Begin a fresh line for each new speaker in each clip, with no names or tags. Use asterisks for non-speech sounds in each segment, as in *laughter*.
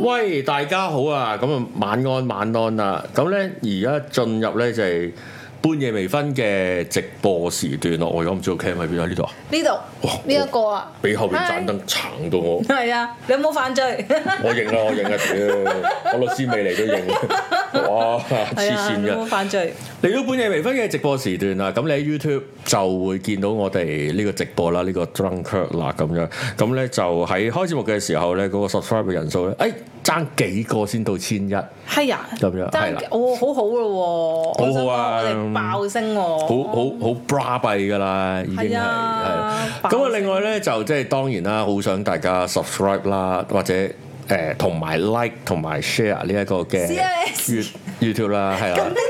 係大家好啊！咁啊，晚安晚安啦！咁咧，而家進入咧就係半夜微分嘅直播時段咯。我而家唔知個 cam 喺邊啊？呢度啊，
呢度
哇
呢一個啊，
*laughs* 俾後邊盞燈撐到我，
係啊，你有冇犯罪？
我認啦，我認啊！屌，我律師未嚟
*laughs*
都認，哇！黐
係啊，
線
你有
嘅
冇。犯罪？
嚟到半夜微分嘅直播時段啦，咁你喺 YouTube 就會見到我哋呢個直播啦，呢、個 Drunkirk 啦咁樣，咁咧就喺開節目嘅時候咧，嗰、個 subscribe 嘅人數咧，誒、哎爭幾個先到千一，好
係啊，
咁樣係啦
爭我好好咯
好
喎，
好啊
我想講我哋
嗯
爆聲喎，
好好 bra 閉㗎啦，已經係係
係啊
啦。
爆
咁啊，
聲
另外咧就即係當然啦，好想大家 subscribe 啦，或者誒同埋 like 同埋 share 呢一個嘅
CLS
You- YouTube 啦，係啦
叮。叮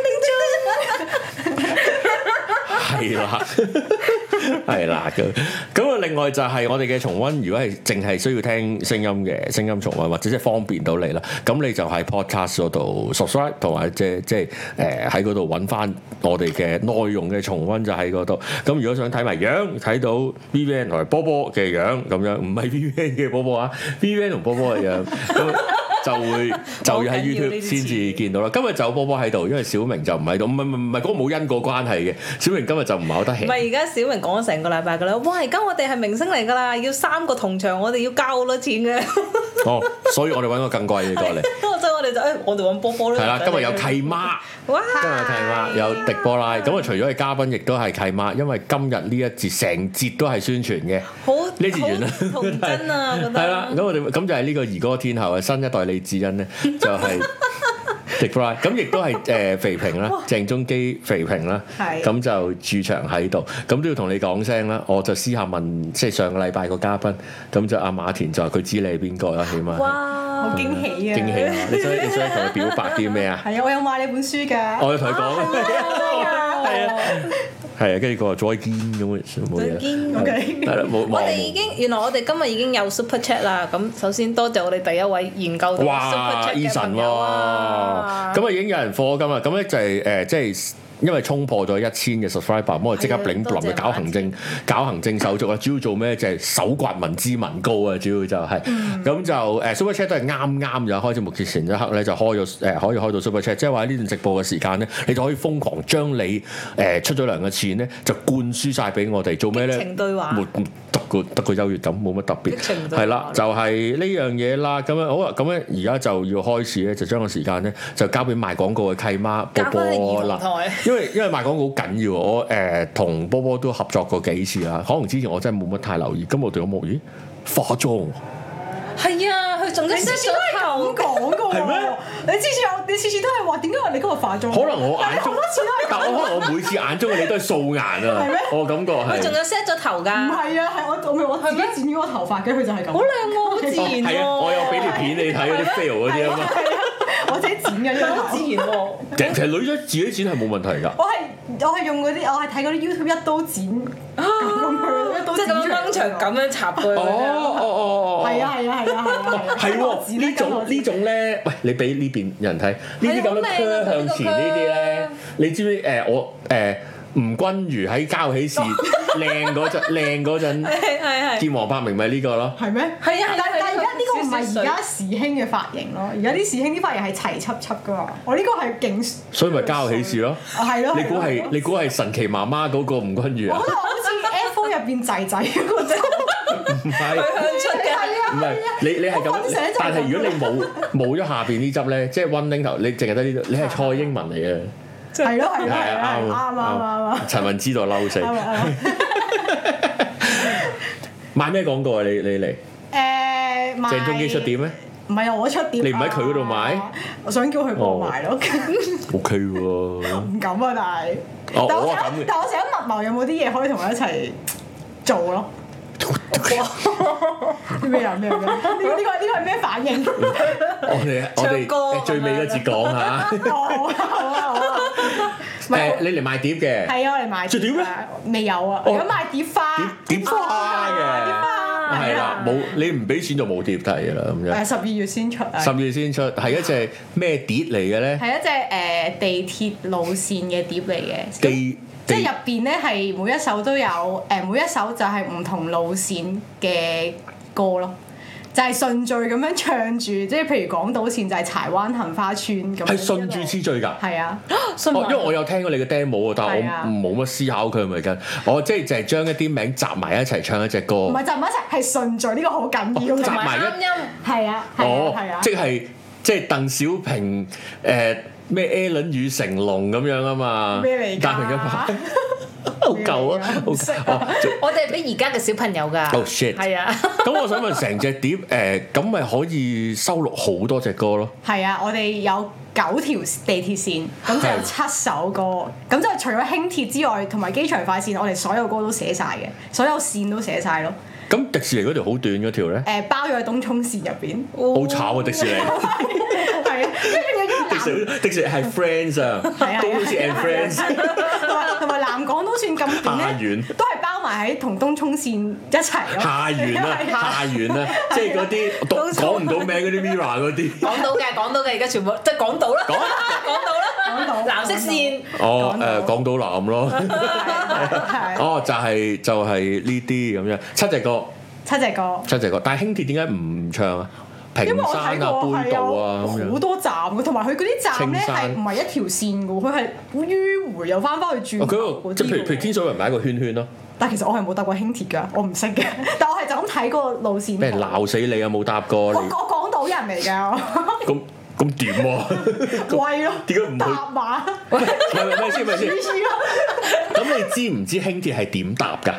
係啦，係啦咁。咁啊，另外就係我哋嘅重温，如果係淨係需要聽聲音嘅聲音重温，或者即係方便到你啦，咁你就喺 podcast 嗰度 subscribe，同埋即係即係誒喺嗰度揾翻我哋嘅內容嘅重温就喺嗰度。咁如果想睇埋樣，睇到 VVN 同埋波波嘅樣咁樣，唔係 *laughs* VVN 嘅波波啊，VVN 同波波嘅樣。咁就會就要喺
好緊要呢
YouTube
啲
先
詞
至見到啦。今日就有波波喺度，因為小明就唔喺度，唔係唔係唔係，嗰個冇因果關係嘅。小明今日就唔係好得
唔
閒。
係而家小明講咗成個禮拜㗎啦，哇！而家我哋係明星嚟㗎啦，要三個同場，我哋要交好多錢嘅。
哦，所以我哋揾個更貴嘅過 *laughs* 嚟。
所以 *laughs* 我哋就誒，哎我哋揾波波啦。
啊係啦，今日有契媽，
哇！
今日有契媽，有迪波拉。咁啊，除咗係嘉賓，亦都係契媽，因為今日呢一節成節都係宣傳嘅。
好
呢次完啦
好童真啊，我覺得
*laughs* 係啦，咁我哋咁就係呢個兒歌天后嘅新一代李智
*laughs*
恩咧，就係迪布拉，咁亦都係誒肥平啦，鄭中基肥平啦，
係
咁就駐場喺度，咁都要同你講聲啦，我就私下問，即係上個禮拜個嘉賓，咁就阿馬田就話佢知你係邊個啦，起碼係
哇！
驚喜啊！
驚喜啊！你想你想同佢表白啲咩
*laughs*
啊？
係啊，我有買你本書㗎。
我要同佢講，
*laughs* 係啊。
係啊，跟住佢話再見咁樣，冇嘢
再
啦，
見
OK
係啦，冇
我
冇
哋已
冇。
經原來我哋今日已經有 Super Chat 啦，咁首先多謝我哋第一位研究到 Super Chat
哇
嘅朋
Eason 喎，
友啊！
咁啊已經有人課金啦，咁咧就係誒即係。因為衝破咗一千嘅 subscriber，咁我即刻
係啊
bling
啊多謝
bling 去搞行政搞行政手續啦。啊主要做咩？就係手刮民脂民膏啊，主要就係、
嗯
咁就誒、super chat 都係啱啱就開節目之前一刻咧就開咗誒、可以開到 super chat，即係話喺呢段直播嘅時間咧，你就可以瘋狂將你誒、出咗糧嘅錢咧就灌輸晒俾我哋做咩咧？
激情對話
冇冇得個得個優越感，冇乜特別
激情。對話
係啦，就係呢樣嘢啦。咁樣好啊啦，咁樣而家就要開始咧，啊就將個時間咧就交俾賣廣告嘅契媽波
嘉賓係兒
波
童
啦。
台，
因為因為賣廣告好緊要，我誒同、波波都合作過幾次啦。可能之前我真係冇乜太留意，今日我哋有冇咦化妝喎？
係啊，佢仲
你
一
次
識
次
上
都係
頭
咁，講㗎
係
喎
咩，
你次次有你次次都係話點解你今日化妝？
可能我
但係
眼中
好多次都，係啊
但我可能我每次眼中嘅你都係素顏啊
係咩，
我感覺
佢仲
係。
有 set 咗頭
唔
㗎，
係啊，係我我我自己剪咗個頭髮嘅，佢就係咁。
好靚喎，好自
哦
然
係啊，我有俾條
喎，
片你睇嗰啲 fail 嗰啲啊嘛，
係啊，我自己剪嘅呢個
好自。
頭
然喎。
其實女仔自己剪係冇問題㗎。
我係我係用嗰啲，我係睇嗰啲 YouTube 一刀剪咁樣，一刀
*laughs* 即
剪
係咁樣掹長咁樣插佢。
哦哦哦哦哦，
係啊係啊係啊係啊
係
跟 *laughs*
喎，
我剪啦
呢
跟我
種
剪
呢種咧，喂，你俾呢邊人睇，呢啲咁樣
係啊好靚啊
curve 向前呢啲咧
呢，
你知唔知誒我誒吳君如喺交喜
*laughs*
事靚嗰陣靚嗰陣
係係係。
見黃百鳴咪呢個咯，
係咩？
係啊係啊
但但
係啊
而家呢個唔
少
係
少
而家時興嘅髮型咯，而家啲時興啲髮型係齊輯輯噶嘛。我呢個係勁，
所以咪交喜事咯。
啊係咯。
你估
係
係
*laughs* 咯
你估係神奇媽媽嗰個吳君如
我
啊？
覺得我好似 F O 入邊仔仔嗰個啫。
唔
佢
係。
向出嘅，
係啊
唔係你你係
我瞓醒
咁
就，
但係如果你冇冇咗下邊呢執咧，即係温拎頭，你淨係得呢度，你
*laughs*
係蔡英文嚟嘅，
係咯係
係
咯啊係
啊
啊啱啊啱啊
啱陳文知道嬲死
啱，啊啱啊！
賣咩廣告啊？你你嚟
誒買
鄭中基出點咩？
唔係啊，我出點。
你唔喺佢嗰度買？
我想叫佢幫我買咯，
O K 喎，
*laughs* 唔敢啊！但係，
哦
但
我
我
啊咁嘅
想，但我想密謀有冇啲嘢可以同佢一齊
*laughs*
做咯。啊咩啊咩啊咩啊？呢個呢個呢個係咩
*laughs*
反應？
我哋我
唱歌
哋最尾嗰節講下，
好啊好啊好啊！唔係
誒你嚟賣碟嘅，
係啊，我哋買
最屌咩
啊未有啊，
哦
我而家買碟花，哦
碟碟花嘅
碟花
係啦，冇你唔俾錢就冇碟睇噶啦咁樣，
誒十二月先出啊，
十月先出，係一隻咩碟嚟嘅咧？
係一隻誒地鐵路線嘅碟嚟嘅，
地
即
地
係入邊咧係每一首都有誒，每一首就係唔同路線嘅歌咯。就係順序咁樣唱住，即係譬如港島線就係柴灣杏花村咁。
係順住次序㗎。
係啊，
信
哦，因為
埋
我有聽過你嘅 demo 啊，但係
係啊
我冇乜思考佢係咪跟，我即係就係將一啲名集埋一齊唱一隻歌，
唔
哦
係集埋一齊，係順序呢個好緊要。
集
同埋
埋
啱
一，
音，
係啊，係啊，係啊
哦即。係即係鄧小平誒咩 Allen 與成龍咁樣啊嘛，*laughs*
咩嚟㗎？
大平一派
*laughs*
好舊啊，好
唔識啊
哦即
我哋係俾而家嘅小朋友㗎。
Oh shit
係啊，
咁我想問成隻碟誒，咁咪可以收錄好多隻歌咯？
係啊，我哋有九條地鐵線，咁就有
係
七首歌，咁就除咗輕鐵之外，同埋機場快線，我哋所有歌都寫晒嘅，所有線都寫晒咯。
咁迪士尼嗰條好短嗰條咧
誒、，包咗喺東涌線入邊，
好慘啊！迪士
*laughs*
尼，
係啊，
迪士
跟住因為
尼迪士尼係 Friends 啊，
係啊
都好似 and Friends
南同埋同埋南港島線咁
下
短咧，
院。
都係包埋喺同東涌線一齊咯。
下元啦，
*laughs* 係啊
下元啦，即係嗰啲讀
冇錯
講唔到名嗰啲 Mira 嗰啲。
講到嘅，講到嘅，而家全部即係講到啦，
講
講到
講到
啦，藍色線。
哦，
港
誒
島
港島南咯，
係啊
哦就係就係呢啲咁樣，七隻歌，
七隻歌。
七隻歌。但係輕鐵點解唔唱啊？平
因為我
山
睇
啊、
過
杯
係
渡啊咁
好
樣。
多站嘅，同埋佢嗰啲站咧
青山
係唔係一條線嘅喎？佢係迂迴又翻翻去轉
哦佢
頭
嗰個
嗰
即
啲
係譬如譬如
嘅喎。
天水圍買個圈圈咯，
但其實我係冇搭過輕鐵㗎，我唔識嘅。 *laughs* 但我係就咁睇嗰個路線圖。
俾人鬧死你啊！冇搭過
我
你，
我港島人嚟
*laughs*
㗎，
咁咁點啊？
*laughs* 貴咯。
點解唔去
搭馬？
咪咪咪先咪先
黐，線咯， *laughs*
咁你知唔知輕鐵係點搭㗎？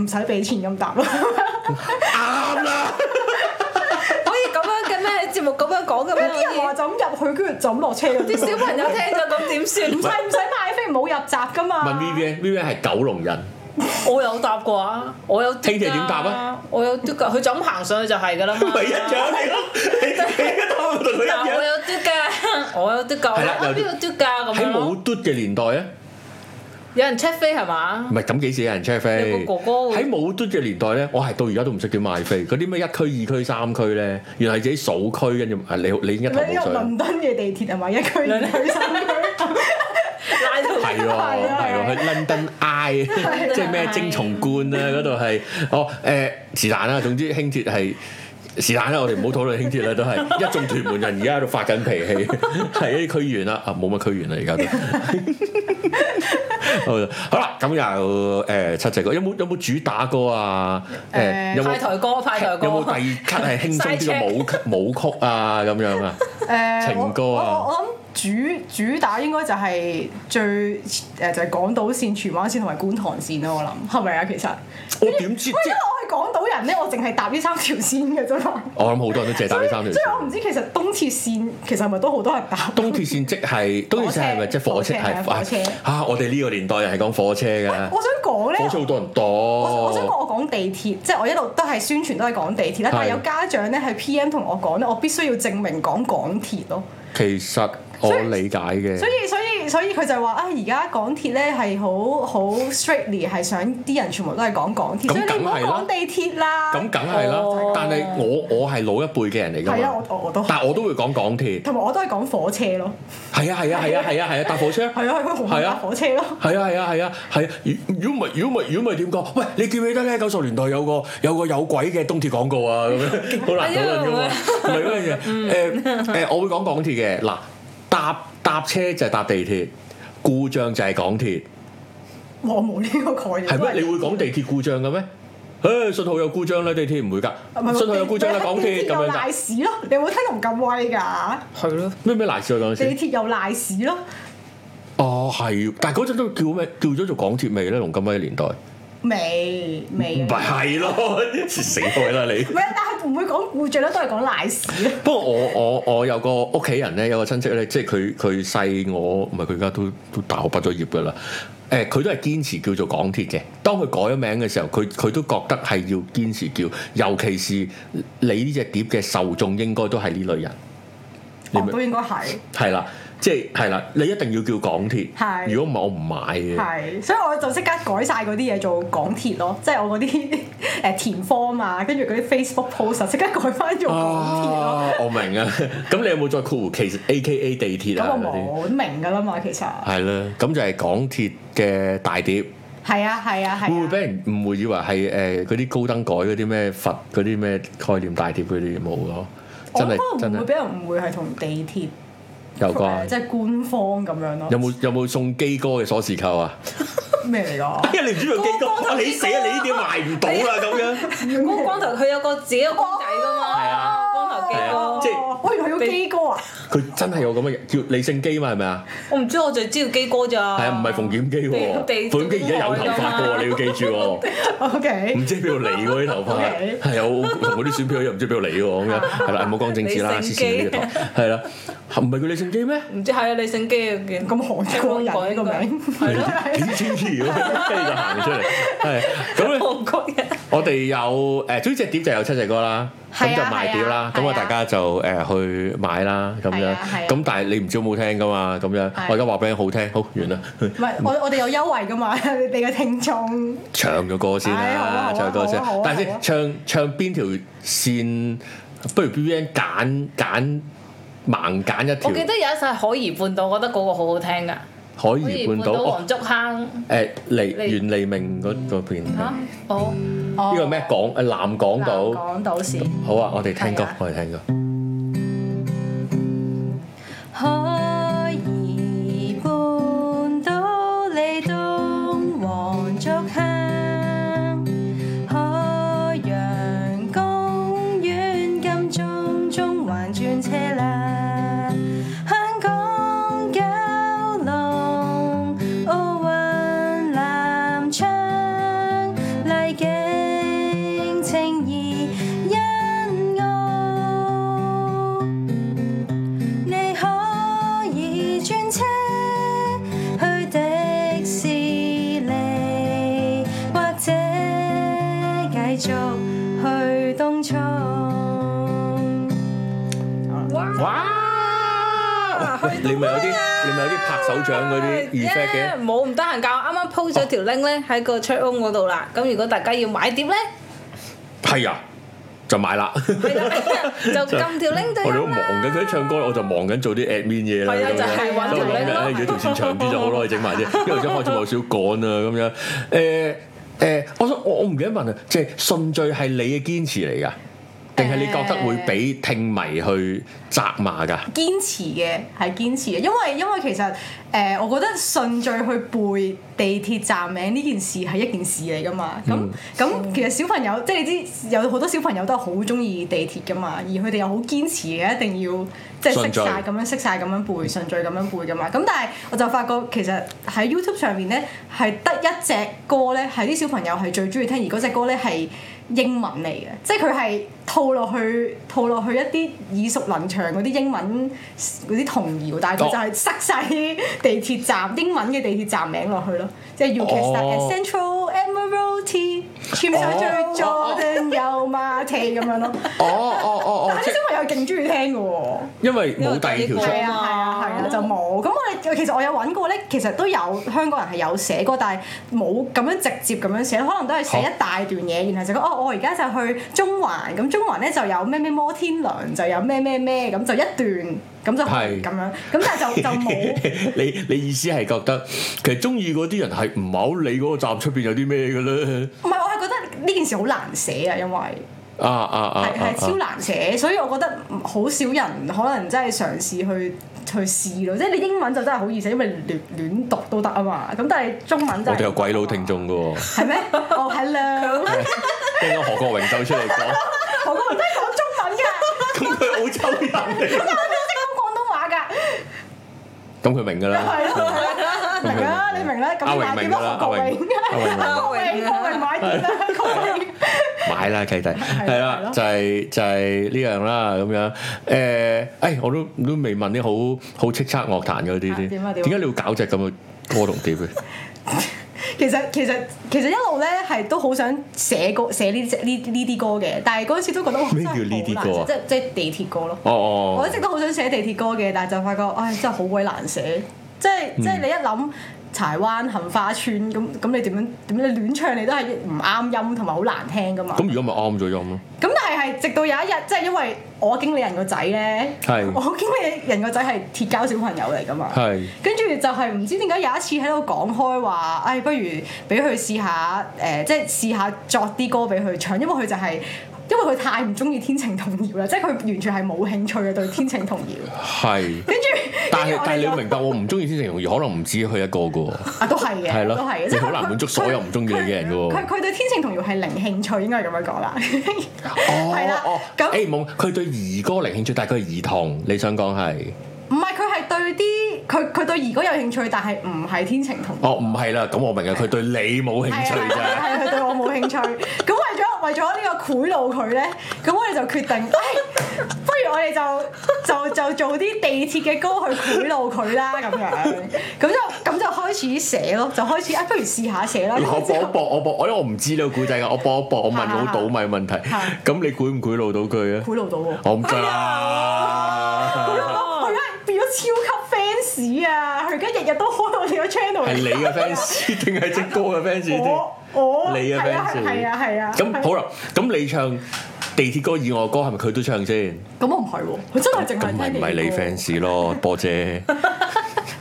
唔使俾錢
*laughs*
咁搭咯。
啱啦，
可以咁樣嘅咩？喺節目咁樣講嘅咩？
啲人話就咁入去，跟住就咁落車嗰
啲小朋友聽咗咁點算？
唔使唔使買飛，唔好入閘㗎嘛。
問 Vivian，Vivian 係九龍人，
啊
我有答過啊，我有
聽姐點答啊？
我有嘟㗎，佢就咁行上去就係㗎啦嘛。
咪一樣你
*laughs*
咯，你你一同我同佢一
嗱，
樣
啊
我。有嘟㗎， *laughs* 我有嘟㗎，我
係啦
有
有
邊度嘟㗎咁
喺
樣咯
冇嘟嘅年代啊，
有人 check 飛係嘛
唔？係咁幾時有人 check 飛？
有個哥哥會
喺冇嘟嘅年代咧，我係到而家都唔識點買飛。嗰啲咩一區、二區、三區咧，原來係自己數區，跟住啊，你你已經一頭
呢
霧
個
水啦。
倫敦嘅地鐵係咪一區二區三區？
拉到
係喎，
係啊
係喎，去 London Eye，即係咩精蟲罐啊嗰度係，哦誒是但啦，總之輕鐵係是但啦，我哋唔好討論輕鐵啦，都係一眾屯門人而家喺度發緊脾氣，係啲區議員啦，啊冇乜區議員啦而家都。好啦，咁又誒七隻歌，有冇有冇主打歌啊？誒
誒
有
派
冇
台歌，派台歌。
有冇第二級係輕鬆啲嘅舞曲舞曲啊咁樣啊？
誒
情歌啊
呃我我我諗主主打應該就係最誒就係港島線、荃灣線同埋觀塘線咯，我諗係咪啊？其實，
我點知？即
因為我係港島人咧，我淨係搭呢三條線嘅啫嘛，
我諗好多人都借打呢三條線。
所以我唔知其實東鐵線其實係咪都好多人搭。
東鐵線即係東鐵線係咪即係火車
火車
係
火車
啊！我哋呢個年代人係講火車㗎，
我想講咧
火。車好哦多人
我我想
多。
講，我講地鐵，即係我一路都係宣傳都係講地鐵啦。但係有
係
家長咧係 P.M. 同我講咧，我必須要證明講港鐵咯。
其實我理解嘅
所，以所以所以佢就話啊，而家港鐵咧係好好 strictly 係想啲人全部都係講港鐵，
咁
所以你唔
梗
好
係啦
講地鐵啦。
咁梗係
哦
啦。但係我我係老一輩嘅人嚟㗎
係啊，
嘛
我，我我都
但係我都會講港鐵。
同埋我都係講火車咯，
係啊係啊係啊係啊係啊，搭火車。
係啊，佢紅磡
係
搭
啊
火車咯。
係啊係啊係啊係啊！如如果唔係如果唔係如果唔係點講？喂，你記唔記得咧？九十年代有個有個有鬼嘅東鐵廣告啊，咁樣
*laughs*
好
哎
難討論噶嘛，唔係嗰樣
嗯
嘢。誒誒，我會講港鐵嘅嗱，搭搭車就係搭地鐵，故障就係港鐵，
我冇呢個概念。
係咩？
因為
你會講地鐵故障嘅咩？誒，信號有故障啦，地鐵唔會㗎
啊唔係唔，係
信號有故障啦，港鐵咁
有
樣
賴
㗎。
屎咯，你有冇聽龍咁威㗎？
係咯，
咩咩賴事啊？講
地
先。
鐵有賴屎咯，
哦，係，但係嗰陣都叫咩？叫咗做港鐵未咧？龍金威年代，
嗯未未。
唔係係咯， *laughs* 死開啦你！
唔係，但係唔會講故障咯，都係講賴屎咯。
不過我我我有個屋企人咧，有個親戚咧，即係佢佢細我，唔係佢而家都都大學畢咗業噶啦。誒、佢都係堅持叫做港鐵嘅。當佢改咗名嘅時候，佢佢都覺得係要堅持叫，尤其是你呢只碟嘅受眾應該都係呢類人。你
哦
明
都應該係
係啦，即係係啦，你一定要叫港鐵。
係
如果唔係，我唔買嘅。
係，所以我就即刻改晒嗰啲嘢做港鐵咯，即係我嗰啲 *laughs* 誒填 form 啊，跟住嗰啲 Facebook post 啊，即刻改翻做港鐵咯。
啊，我明啊。 *laughs* 咁你有冇再括弧其實 A K A 地鐵
咁
啊
我
嗰啲？
冇明㗎啦嘛，其實
係啦，咁就係港鐵嘅大碟。
係啊係啊
會唔會
係啊。
俾人誤會以為係誒呃嗰啲高登改嗰啲咩佛嗰啲咩概念大貼嗰啲冇咯？
我
真
覺
係
得
真
唔會
係
俾人誤會係同地鐵
有
誒即
關。
係官方咁樣咯
有。冇有冇送基哥嘅鎖匙扣啊？
咩嚟㗎？
因為哎你唔知道基哥，哇你死啊！你呢啲賣唔到啦咁樣。
嗰個光頭佢有個自己嘅公仔噶嘛，
係啊
光頭
*laughs* 係啊
基
即係
哦我原來係個基哥啊！ *laughs*
佢真係有咁嘅人，叫李勝基嘛係咪啊？
哥，我唔知我就知道基哥咋，
係啊，唔係馮檢基喎，
地
馮檢基而家有頭髮
啊
嘅喎，你要記住
*laughs*
喎。
O
唔
K，
知邊度嚟喎啲頭
*laughs* OK
髮，係有同嗰啲選票一樣，唔知邊度嚟喎咁樣，係啦，唔好講政治啦，
李
黐
勝基
線呢個台，係啦，唔係佢李勝基咩？
唔知係啊李勝基嘅
咁韓國人呢個名 *laughs* 啊
係咯，幾千字咁樣，跟住就行出嚟，係咁咧。
韓國人
我哋有誒，總之隻碟就有七隻歌啦，
係
咁
啊
就賣碟啦，
係啊
咁
係
啊
啊
大家就誒去買啦，咁
係
樣
啊係啊，
咁但係你唔知有冇聽噶嘛，咁樣
係
我而家話俾你好聽，好完啦，
唔係我我哋有優惠㗎嘛？ *laughs* 你嘅聽眾
*laughs* 唱咗歌先
唉好啊好
啦
啊，
唱咗歌先
好啊好啊，
但係
好啊
先唱唱邊條線，不如 B B N 揀揀盲揀一條
我記得有一首係海怡半島，我覺得嗰個好好聽㗎。
海
海怡
怡
半
半島
島
哦
黃竹坑
誒黎
嚟
袁黎明嗰嗰邊，
嚇
呢，
哦，
呢
個咩港誒南港島。
港島市
好啊，我哋聽歌
係啊，
我哋聽歌。
海怡半島利東黃竹坑，海洋公園金鐘中環轉車啦，香港九龍奧運南昌麗景青怡欣澳。你可以轉車去迪士尼，或者繼續去東涌。
哇！喂，你咪有啲，你咪有啲拍手掌嗰啲 effect 嘅。
冇唔得閒教，啱啱 post 咗條 link 咧喺個 chat room 嗰度啦。咁如果大家要買碟咧，
係啊，就買啦。
係
*laughs*
啦就撳條 link 就
我
有
哋都忙
啦。
緊佢啲唱歌，我就忙緊做啲 admin 嘢啦。
係啊
咁樣
就係揾
咁我諗
條 link
緊
咯
哎如果條線長啲就好咯，可以整埋啫。因為想開始有少趕啊，咁樣。誒誒，我想我我唔記得問啊，即係順序係你嘅堅持嚟㗎，定係你覺得會俾聽迷去責罵㗎？
堅持嘅係堅持嘅，因為因為其實誒、呃我覺得順序去背地鐵站名呢件事係一件事嚟噶嘛。咁咁、其實小朋友即係你知有好多小朋友都係好中意地鐵噶嘛，而佢哋又好堅持嘅，一定要即係
順
識
序
晒咁樣識晒咁樣背順序咁樣背噶嘛。咁但係我就發覺其實喺 YouTube 上面咧係得一隻歌咧係啲小朋友係最中意聽，而嗰隻歌咧係。英文嚟嘅，即係佢係套落去套落去一啲耳熟能詳嗰啲英文嗰啲童謠，但係佢就係塞晒啲地鐵站英文嘅地鐵站名落去咯，即係 You can start at
哦
Central Admiralty，潛
哦
水最 Jordan 油馬蹄咁樣咯。
哦哦哦
但係啲小朋友勁中意聽嘅喎。
因為冇第二條
因為
出
第
係
二
啊係啊係啊，就冇。咁我哋其實我有揾過咧，其實都有香港人係有寫過，但係冇咁樣直接咁樣寫，可能都係寫一大段嘢，然後就講哦，我而家就去中環，咁中環咧就有咩咩摩天輪，就有咩咩咩，咁就一段。咁就
係
咁樣，咁但係就就冇
*laughs* 你你意思係覺得其實中意嗰啲人係唔係好理嗰個站出邊有啲咩嘅咧？
唔係，我係覺得呢件事好難寫啊，因為
啊啊啊！
係
啊
係超難寫，所以我覺得好少人可能真係嘗試去去試咯。即係你英文就真係好易寫，因為亂亂讀都得啊嘛。咁但係中文真係
我哋有鬼佬聽眾嘅
*laughs*
喎，
係咩？哦，hello，
聽咗何國榮走出嚟
*laughs*
講，
我個真係講中
咁
*laughs* 文㗎，
佢澳洲人嚟，
我都識講廣東話㗎，
咁佢明㗎啦。
係咯，明啦，你明啦，咁
阿榮
你買
明
點
㗎
啦
啦，，阿
郭
榮，
榮，
阿榮明
郭榮，郭榮買點啦，郭榮，
買啦契弟，係
係
啦
咯
就係就係呢樣啦咁樣。誒，誒我都都未問啲好好叱咤樂壇嗰啲啲，
啊點啊點啊
點解你要搞隻咁嘅歌同
*laughs*
碟嘅？
其實其實其實一路咧係都好想寫歌寫呢隻呢呢啲歌嘅，但係嗰陣時都覺得哇
咩叫呢啲歌啊
真係好難寫即係即係地鐵歌咯。
哦哦，嗯
我一直都好想寫地鐵歌嘅，但係就發覺，唉，真係好鬼難寫。即係即係你一諗，柴灣杏花村咁咁，你點樣點樣亂唱你都係唔啱音同埋好難聽噶嘛。
咁如果咪啱咗音咯，
咁但係係直到有一日，即係因為我經理人個仔咧，
係
*laughs* 我經理人個仔係鐵膠小朋友嚟噶嘛，
係
跟住就係唔知點解有一次喺度講開話，唉、不如俾佢試下誒、即係試下作啲歌俾佢唱，因為佢就係、因為佢太唔中意天晴童謠啦，即係佢完全係冇興趣嘅對天晴童謠。
係。
跟住，
但係
跟 *laughs* 住我
但係
哋
你要
就
明白，我唔中意天晴容易，可能唔止佢一
*laughs*
個嘅喎。
啊，都係嘅，
係咯
都係嘅，
你
即係佢
好難滿足所有唔中意你嘅人㗎喎
佢佢佢對天晴童謠係零興趣，應該係咁樣講啦。
哦
係啦
哦，
咁
誒冇，佢對兒歌零興趣，但係佢係兒童，你想講係？
唔係佢係對啲佢佢對兒歌有興趣，但係唔係天晴童謠。
哦，唔係啦，咁我明啊，佢對你冇興趣
係啊
啫。
係啊佢對我冇興趣。咁為咗為咗呢個賄賂佢咧，咁我哋就決定，哎不如我哋就就就做啲地鐵嘅歌去賄賂佢啦，咁樣。咁就咁就開始寫咯，就開始啊，不如試下寫啦。 *laughs*
嗱我
之
搏
後
一搏，我搏，我因為我唔知呢個故仔㗎，我搏一搏，我問
啊
好倒米問題
係係，
咁你估唔估到到佢啊？
賄賂到喎。
我唔知啦，
佢佢而家啊變咗超級 fans 啊！佢而家日日都開我哋個 channel
係
嚟。
你嘅 fans 定係隻歌嘅 fans
我
先？
我
你嘅
係啊
fans
係啊係啊。
咁好啦，咁你唱地鐵歌以外嘅歌係咪佢都唱先？
咁我唔係喎，佢真係淨
咁
係
咪
聽
唔係你
歌
fans 咯，波
*laughs*
姐。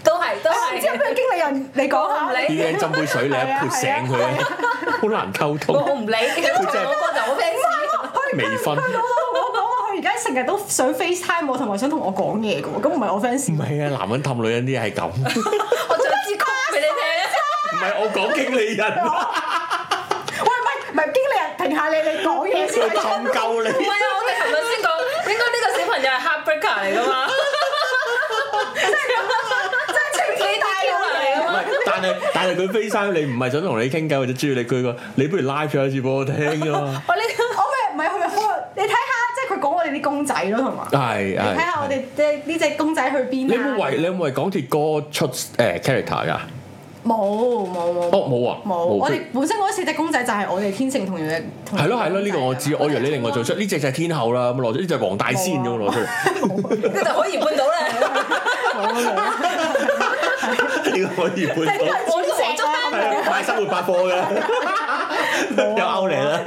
都係都
唔
*laughs*
知有
係，
咩經理人你講
我唔
下
理。
已經斟杯水你一
啊
潑醒佢，好難溝
我
通。
唔理，佢
真係
我個就好 fans，
微醺，
佢老豆同我講話，佢而家成日都想 FaceTime 我，同埋想同我講嘢嘅喎，咁唔係我 fans
唔。係啊，男人氹女人啲係
*laughs*
咁，唔
我唱支曲俾你聽，
係我講經理人，
喂，唔係唔係經理人，停下你，你講嘢先
佢。 *laughs* 氹夠
唔
你
係。啊，我哋琴日先講，應該呢個小朋友係 heartbreaker 嚟㗎嘛，
真係情大佬嚟
唔係，但係但係佢飛山，你唔係想同你傾偈或者中意你，佢個你不如 live 唱一次俾我聽噶嘛。
我呢
我咪唔係佢咪開，你睇下，即係佢講我哋啲公仔咯，同埋
係
你睇
係。
下我哋即呢隻公仔去邊
你
啊
有冇為你有冇為港鐵歌出誒 character 㗎？
冇冇冇。
哦冇啊，
冇，我哋本身嗰四隻公仔就係我哋天性同樣嘅。同樣嘅
係咯係咯，呢個我知，我以為你另
啊
外做出呢只就係天后啦，咁攞咗呢只黃大仙咁攞出嚟。
你就可以搬到啦，
呢個可以搬
即係
到，
*laughs* 我都黃竹
啊咁樣
係買生活百貨嘅， *laughs* 有歐你啦。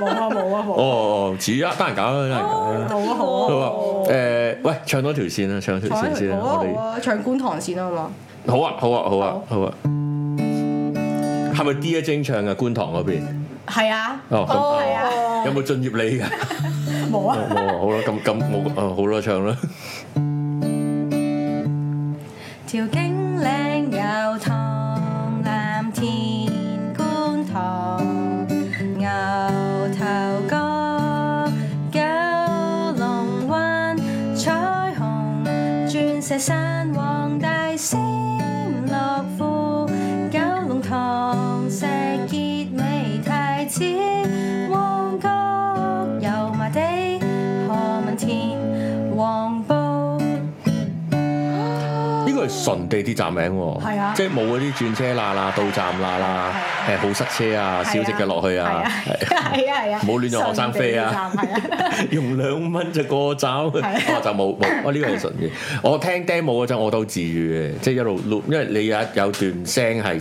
冇啊冇啊冇啊
哦，似啊，得人搞啦，得人搞啦。
冇啊好啊！
佢話誒，喂，唱多條線啦，唱多條線先啦，
好
我
啊好
哋
啊，唱觀塘線啊嘛，
好啊，好啊，好啊，好啊。係咪 D 一精唱嘅觀塘嗰邊？
係啊，
哦，
係啊
咁有冇進入
*laughs*
你㗎？
冇
哦
啊，
冇啊，好啦，咁咁冇，哦好啦，唱啦。
條景嶺有塘，藍田觀塘，牛頭角、九龍灣、彩虹、鑽石山、黃大仙、樂富、九龍塘、石硤尾、太子、旺角、油麻地、何文田、黃埔。
呢個係純地鐵站名喎，
係啊
即係冇嗰啲轉車啦啦、到站啦啦，
係
誒好塞車啊，小息嘅落去啊，
係啊係啊，
冇亂用學生飛啊
順地站！係啊，
*laughs* 用兩蚊就過站，我就
係
冇冇，哦我呢個係純
*laughs*
嘅。我聽 demo 嗰陣我都好治愈嘅，即係一路 loop，因為你有一有段聲係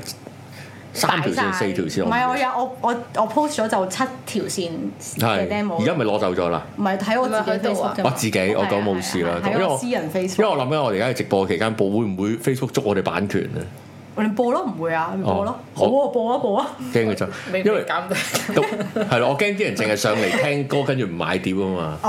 三條線、四條線，
唔係我
係
有我我我 post 咗就七條線嘅 demo，
而家咪攞走咗啦。
唔係睇我自
唔
己
係喺度啊
Facebook 啫
我
嘛
自己我講冇事啦，
係啊係啊
因為
喺
我
我私人
因為
Facebook，
我諗緊我哋而家喺直播期間播，會唔會 Facebook 捉我哋版權啊？
我哋播咯，唔會啊，你播咯，
哦
好啊，播啊播啊，
驚佢就
你
因為
減到。
咁係咯，我驚啲人淨係上嚟聽歌，跟住唔買碟啊嘛。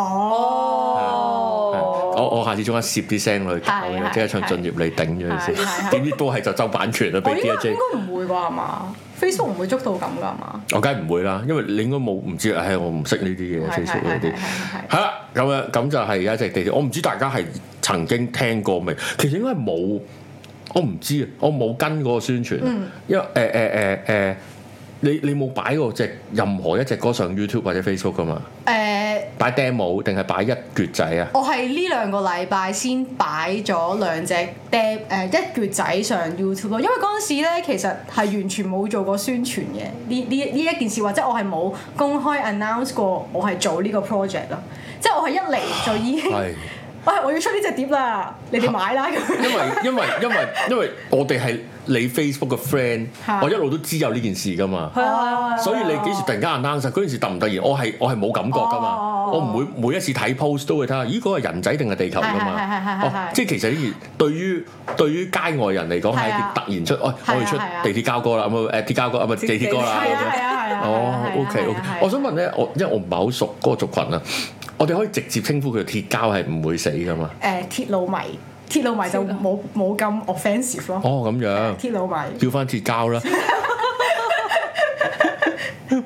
係
哦，
我我下次中間攝啲聲去搞
係
嘅，
係
即刻唱進入你頂咗佢
係係
先，
係
點知都係就周版權啦，
我
俾
應
D
該
J
哦應。該唔會啩係嘛？Facebook 唔會捉到咁㗎係嘛？
我梗係唔會啦，因為你應該冇唔知，唉，我唔識呢啲嘢
係係
Facebook 嗰
係係
啲。
係
係啦，咁樣咁就係有一隻地鐵，我唔知大家係曾經聽過未？其實應該係冇，我唔知啊，我冇跟嗰個宣傳啊，
嗯
因為誒誒誒誒，呃你你冇擺過隻任何一隻歌上 YouTube 或者 Facebook 噶嘛？
係誒。
擺 demo 定係擺一橛仔
*laughs*
啊？
我係呢兩個禮拜先擺咗兩隻 d 誒一橛仔上 YouTube 咯，因為嗰陣時咧其實係完全冇做過宣傳嘅呢呢呢一件事，或者我係冇公開 announce 過我係做呢個 project 咯，即係我係一嚟就已經
係
喂，我要出呢只碟啦，你哋
*laughs*
買啦咁
因
樣。
為因為因為因為我哋係你 Facebook 嘅 friend，
嚇
我一路都知有呢件事噶嘛。
係啊係啊。
所以你幾時突然間 announce 啊嗰陣時突唔突然？我係我係冇感覺噶嘛，
哦
我唔會每一次睇 post 都會睇下，咦嗰個係人仔定係地球噶嘛？
係係係係係
哦
係
即係其實呢件對於對於街外人嚟講係
係啊
一件突然出，哦我
係啊
要出
係啊
地鐵交歌啦，咁啊誒鐵交歌啊唔係地鐵歌啦咁
係啊
樣。
係啊係啊。啊
哦，OK OK，我想問咧，我因為我唔係好熟嗰個族群啊，我哋可以直接稱呼佢鐵膠係唔會死噶嘛？
誒鐵路迷，鐵路迷就冇冇咁 offensive 咯。
哦咁樣。
鐵路迷
叫翻鐵膠
*laughs*
啦。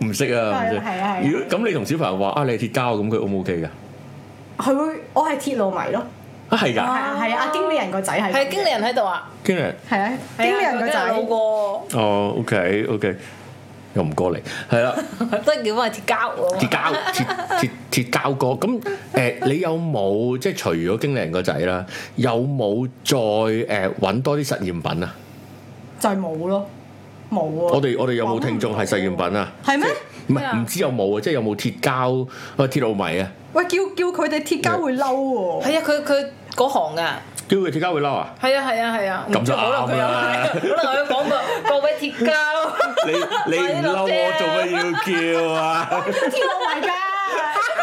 唔識啊，唔
係啊係啊係啊
識。如果咁你同小朋友話啊，你係鐵膠咁，佢 O 唔 OK 㗎？
佢會，我係鐵路迷咯。
啊係
係
㗎，
啊係啊，阿經理人個仔係。
哦係經理人喺度啊，
經理
係啊，經理
係啊有
人個
啲人老
仔。
過，
哦，OK OK，又唔過嚟，係啦，
都係叫翻鐵膠
鐵
喎。
*laughs*
膠鐵鐵鐵膠哥。咁誒，你有冇即係除咗經理人個仔啦，有冇再誒揾多啲實驗品啊？
就係冇咯，冇啊！
我哋我哋有冇聽眾係實驗品啊？
係咩？
唔係唔知有冇啊？即係有冇鐵膠啊鐵路迷啊？
喂，叫叫佢哋鐵膠會嬲喎，
係啊，佢佢嗰行㗎。
叫佢鐵膠會嬲啊？
係啊係啊係啊，唔知
咁就
可能佢
啱
有
啦
買，可能佢講過各位鐵膠，
你你唔嬲
啊
我做乜要叫啊？
鐵路 *laughs* 嚟㗎，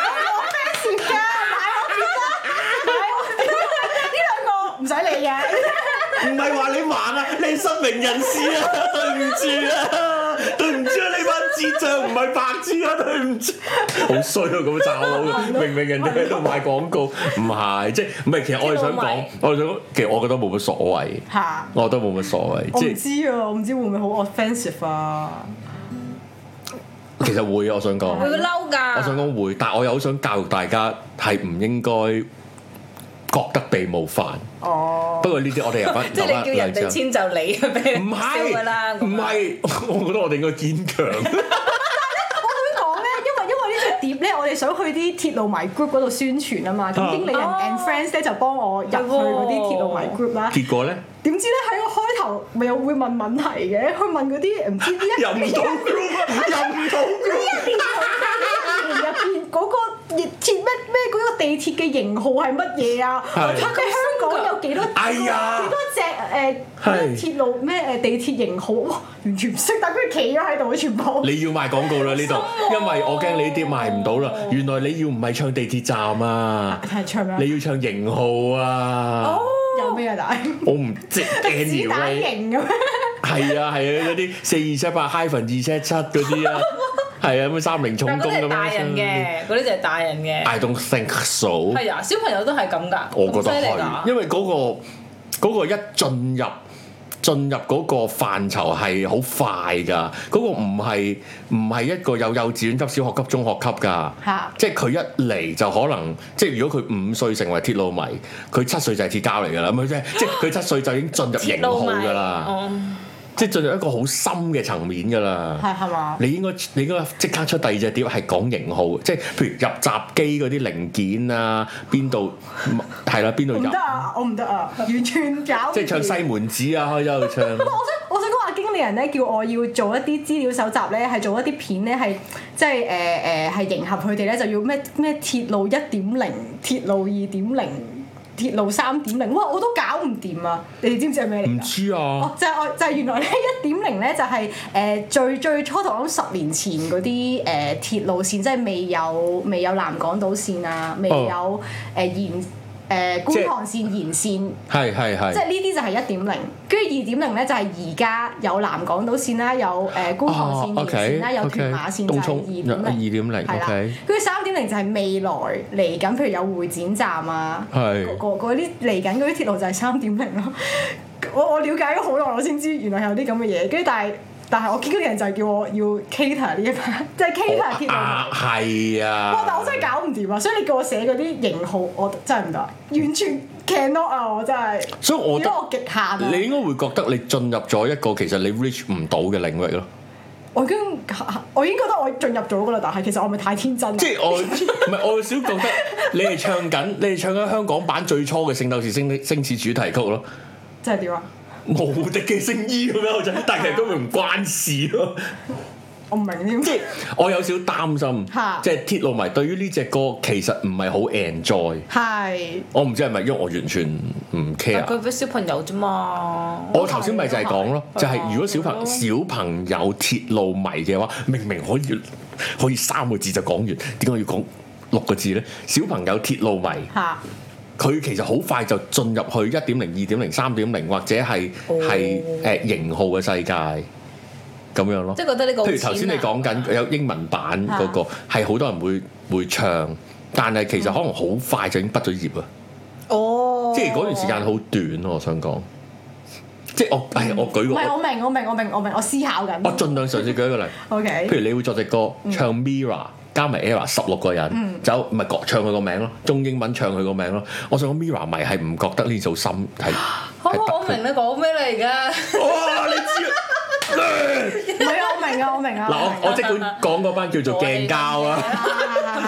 我 fans 㗎，買我鐵膠，買我鐵膠，呢兩個唔使理嘅，
唔係話你盲啊，你失明人士啊，對唔住啊，對唔住啊，你班智障唔係白痴啊，對唔住，好衰啊咁炸
*laughs*
佬，明明人哋喺度賣廣告，唔係即係唔係？其實我係想講，我係想講，其實我覺得冇乜所謂，
*laughs* 嚇，
我覺得冇乜所謂，
我
即
唔
係
知啊，我唔知會唔會好 offensive 啊，
其實會啊，我想講，
佢會嬲
我想
㗎。
講會，但係我又好想教育大家係唔應該覺得被冒犯。
哦，
不過呢啲我哋入翻
*laughs* 即係你叫人哋遷就你， *laughs* 俾
啊唔
你
係
笑㗎啦。咁
唔
樣，
係，我覺得我哋應該堅強。
*laughs*
我想講咧，因為因為呢隻碟咧，我哋想去啲鐵路迷 group 嗰度宣傳啊嘛，咁經理人
哦
and friends 咧就幫我入去嗰啲鐵路迷 group 啦。
結果咧，
點知咧喺個開頭咪又會問問題嘅，去問嗰啲唔知呢
*laughs*
一
入唔到 group 啊，入唔到
啊
group。
入邊嗰個熱鐵咩咩嗰個地鐵嘅型號係乜嘢啊？
係
或者香港有幾多
哎呀
幾多隻誒
係
鐵路咩誒地鐵型號？哇，完全唔識，但佢企咗喺度全部。
你要賣廣告啦呢度，因為我驚你啲賣唔到啦。
哦
原來你要唔係唱地鐵站啊，
係唱咩啊？
你要唱型號啊。
哦
有咩啊？但係
我唔知
子彈
anyway，
型咁樣。
係啊係啊，嗰啲四二七八 hyphen 二七七嗰啲
*laughs*
啊，係啊咩三菱重
但係
工
嗰啲
咁
係大人
樣。
嘅，嗰啲就係大人嘅。
I don't think so。
係啊，小朋友都係咁㗎，
我覺得
咁犀利㗎
係，因為嗰、個嗰、個一進入進入嗰個範疇係好快㗎，嗰、個唔係唔係一個有幼稚園級、小學級、中學級㗎。
嚇！
即係佢一嚟就可能，即係如果佢五歲成為鐵路迷，佢七歲就係鐵膠嚟㗎啦，
*laughs*
咁即係即係佢七歲就已經進入型號㗎啦，
哦
即係進入一個好深嘅層面㗎啦。
係係嘛？
你應該你應該即刻出第二隻碟係講型號，即係譬如入閘機嗰啲零件啊，邊度係啦，邊度
我唔
入，
得啊！我唔得啊！完全搞唔掂。
即係唱西門子啊，開咗
*laughs*
去唱。
我想我想講話經理人咧叫我要做一啲資料搜集咧，係做一啲片咧，係即係誒誒係迎合佢哋咧，就要咩咩鐵路一點零、鐵路二點零、鐵路三點零，哇！我都搞唔掂啊！你哋知唔知係咩嚟
唔
㗎？
知啊，，
哦就係、我就係、原來咧一點零咧就係、誒、最最初頭諗十年前嗰啲誒鐵路線，即係未有未有南港島線啊，未有誒、
哦
延誒、
即係
觀塘線延線。
係係
即
係。
係呢啲就係一點零，跟住二點零咧就係而家有南港島線啦，有誒觀塘線
哦
延線啦，
，OK，
有屯馬線就
東
係
涌
二點
2.0
零，係啦
OK。
跟住三點零就係未來嚟緊，譬如有會展站啊，
係
嗰嗰嗰啲嚟緊嗰啲鐵路就係三點零咯。我我了解咗好耐，我先知原來有啲咁嘅嘢，跟住但係。但係我見到啲人就係叫我要 cater 呢一 part，即 *laughs* 係 cater 鐵路迷。
啊，係
哇！但
啊
我，真係搞唔掂啊，所以你叫我寫嗰啲型號，我真係唔得，完全 cannot 啊！我真係。
所以我覺
因為我極限啊！
得你應該會覺得你進入咗一個其實你 reach 唔到嘅領域
*laughs*
咯。
我已經我已經覺得我進入咗噶啦，但係其實我係咪太天真啊？
即係我唔係我少覺得你係唱緊，你係唱緊香港版最初嘅《聖鬥士星星矢》主題曲咯。
即係點啊？
無敵嘅聖衣咁樣，我就但係其實根本唔關事咯。
我唔明添。
即係我有少少擔心
嚇，
即係鐵路迷對於呢只歌其實唔係好 enjoy。
係
我唔知係咪因為我完全唔
啊
care。
佢俾小朋友啫嘛。
啊我頭先咪就係講咯，
都係
就係如果小朋小朋友鐵路迷嘅話，明明可以可以三個字就講完，點解要講六個字呢？小朋友鐵路迷，
嚇，
佢其實好快就進入去一點零、二點零、三點零或者係係誒型號嘅世界咁樣咯
即。係覺得呢個好
譬如頭先你
淺啊
講緊有英文版嗰、個，係好多人會會唱，但係其實可能好快就已經畢咗業啊！
哦，
即係嗰段時間好短啊咯，我想講，即係我係我舉
唔係
個
我明我明我明我明，我嗯思考緊。
我盡量嘗試舉一個例，
O
譬
K，
如你會作隻歌唱 Mira。加埋 Era 十六個人，就唔係講唱佢個名咯，中英文唱佢個名咯。我想講 Mira 迷係唔覺得呢組心係係
好，我
得佢
明你講咩嚟㗎？
哇！你知啊
唔係啊，我明啊，我明
*laughs*
啊。
嗱，我我即管講嗰班叫做
我哋
鏡膠啦，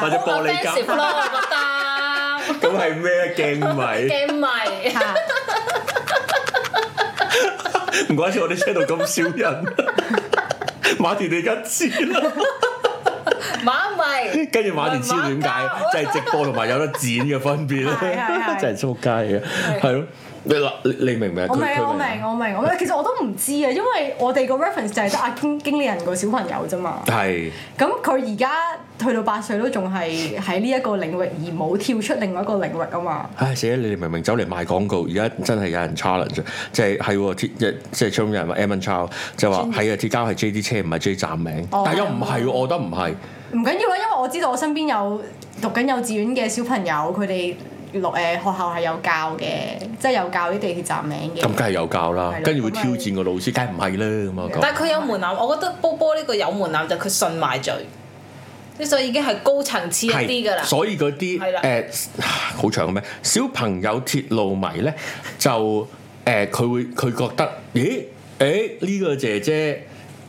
或者玻璃膠
Offensive，咯，我
*laughs*
覺
咁係咩鏡迷
得。？嘅迷，
嚇
*laughs* 唔怪之我哋車度咁少人。 *laughs* 馬田你而家知
*laughs*
啦，
馬
*laughs*
迷。
跟住馬田知道點解，就係直播同埋有得剪嘅分別啦
係係，係
真係出街嘅，係咯。你嗱，你你明唔明啊？
我
佢
明
佢
我明我明我明，其實我都唔知啊，因為我哋個 reference 就係得阿經經理人個小朋友啫嘛。
係
咁佢而家去到八歲都仲係喺呢一個領域，而冇跳出另外一個領域啊嘛。
唉死啦！你哋明明走嚟賣廣告，而家真係有人 challenge，即啊係係喎，鐵即即係中有人話 Evan Chow 就話係啊，鐵膠係 J D 車唔係 J 站名，
哦
但又唔係喎，我覺得唔係。
唔緊要啦，因為我知道我身邊有讀緊幼稚園嘅小朋友，佢哋落誒學校係有教嘅，即係有教啲地鐵站名嘅。
咁梗係有教啦
係啦，
跟住會
咁咪
挑戰個老師，梗係唔係啦咁啊講。
但係佢有門檻，我覺得波波呢個有門檻就係佢信埋嘴，即係所以已經係高層次一啲㗎啦。
所以嗰啲
係啦
誒好長嘅咩？小朋友鐵路迷咧就誒，呃佢、會佢覺得，咦誒呢、個姐姐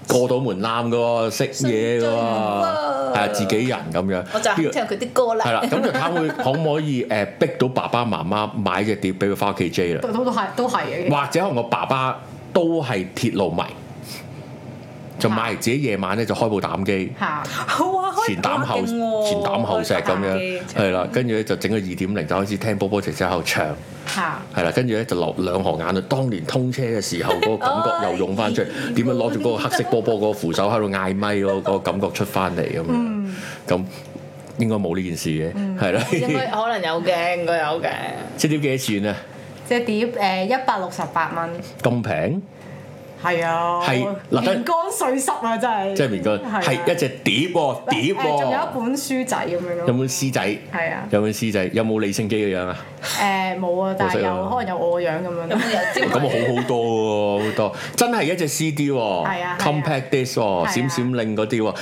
過到門檻嘅喎，識嘢嘅喎，
信
係啊，自己人咁樣。
我就
呢
肯
個
聽佢啲歌啦。
係啦，咁就睇下會可唔可以誒逼到爸爸媽媽買隻碟俾佢翻屋企
*laughs*
J 啦，
都都都係都係嘅。
或者可能我爸爸都係鐵路迷，就買自己夜晚咧就開部膽機。
嚇！
哇，開
前膽後
哇勁喎
前膽後石咁
開
樣，
打機
係啦，跟住咧就整個二點零就開始聽波波姐姐喺度唱，
嚇！
係啦，跟住咧就流兩行眼淚。當年通車嘅時候嗰個感覺又用翻出嚟，點樣攞住嗰個黑色波波嗰個扶手喺度嗌咪嗰個感覺出翻嚟咁樣，咁應該冇呢件事嘅，係
應該
啦，
可能有嘅，應該有嘅。
*laughs* 即係點幾多錢啊？
隻碟誒一百六十八蚊，
咁平，
係啊，
係嗱
年乾水濕啊，真係。
即係面個
啊
係一隻碟喎，碟
誒仲有一
喎，
本書仔咁樣
有
咯。
冇獅仔？
係啊，
有冇獅仔？有冇李勝基嘅樣啊？
誒冇啊，但係有可能有我個樣咁樣
有
*laughs*
咯
冇。人知
咁啊好好多喎，好多真係一隻 CD 喎
係啊係啊
，compact disc
係
喎，
啊
閃閃令嗰啲喎，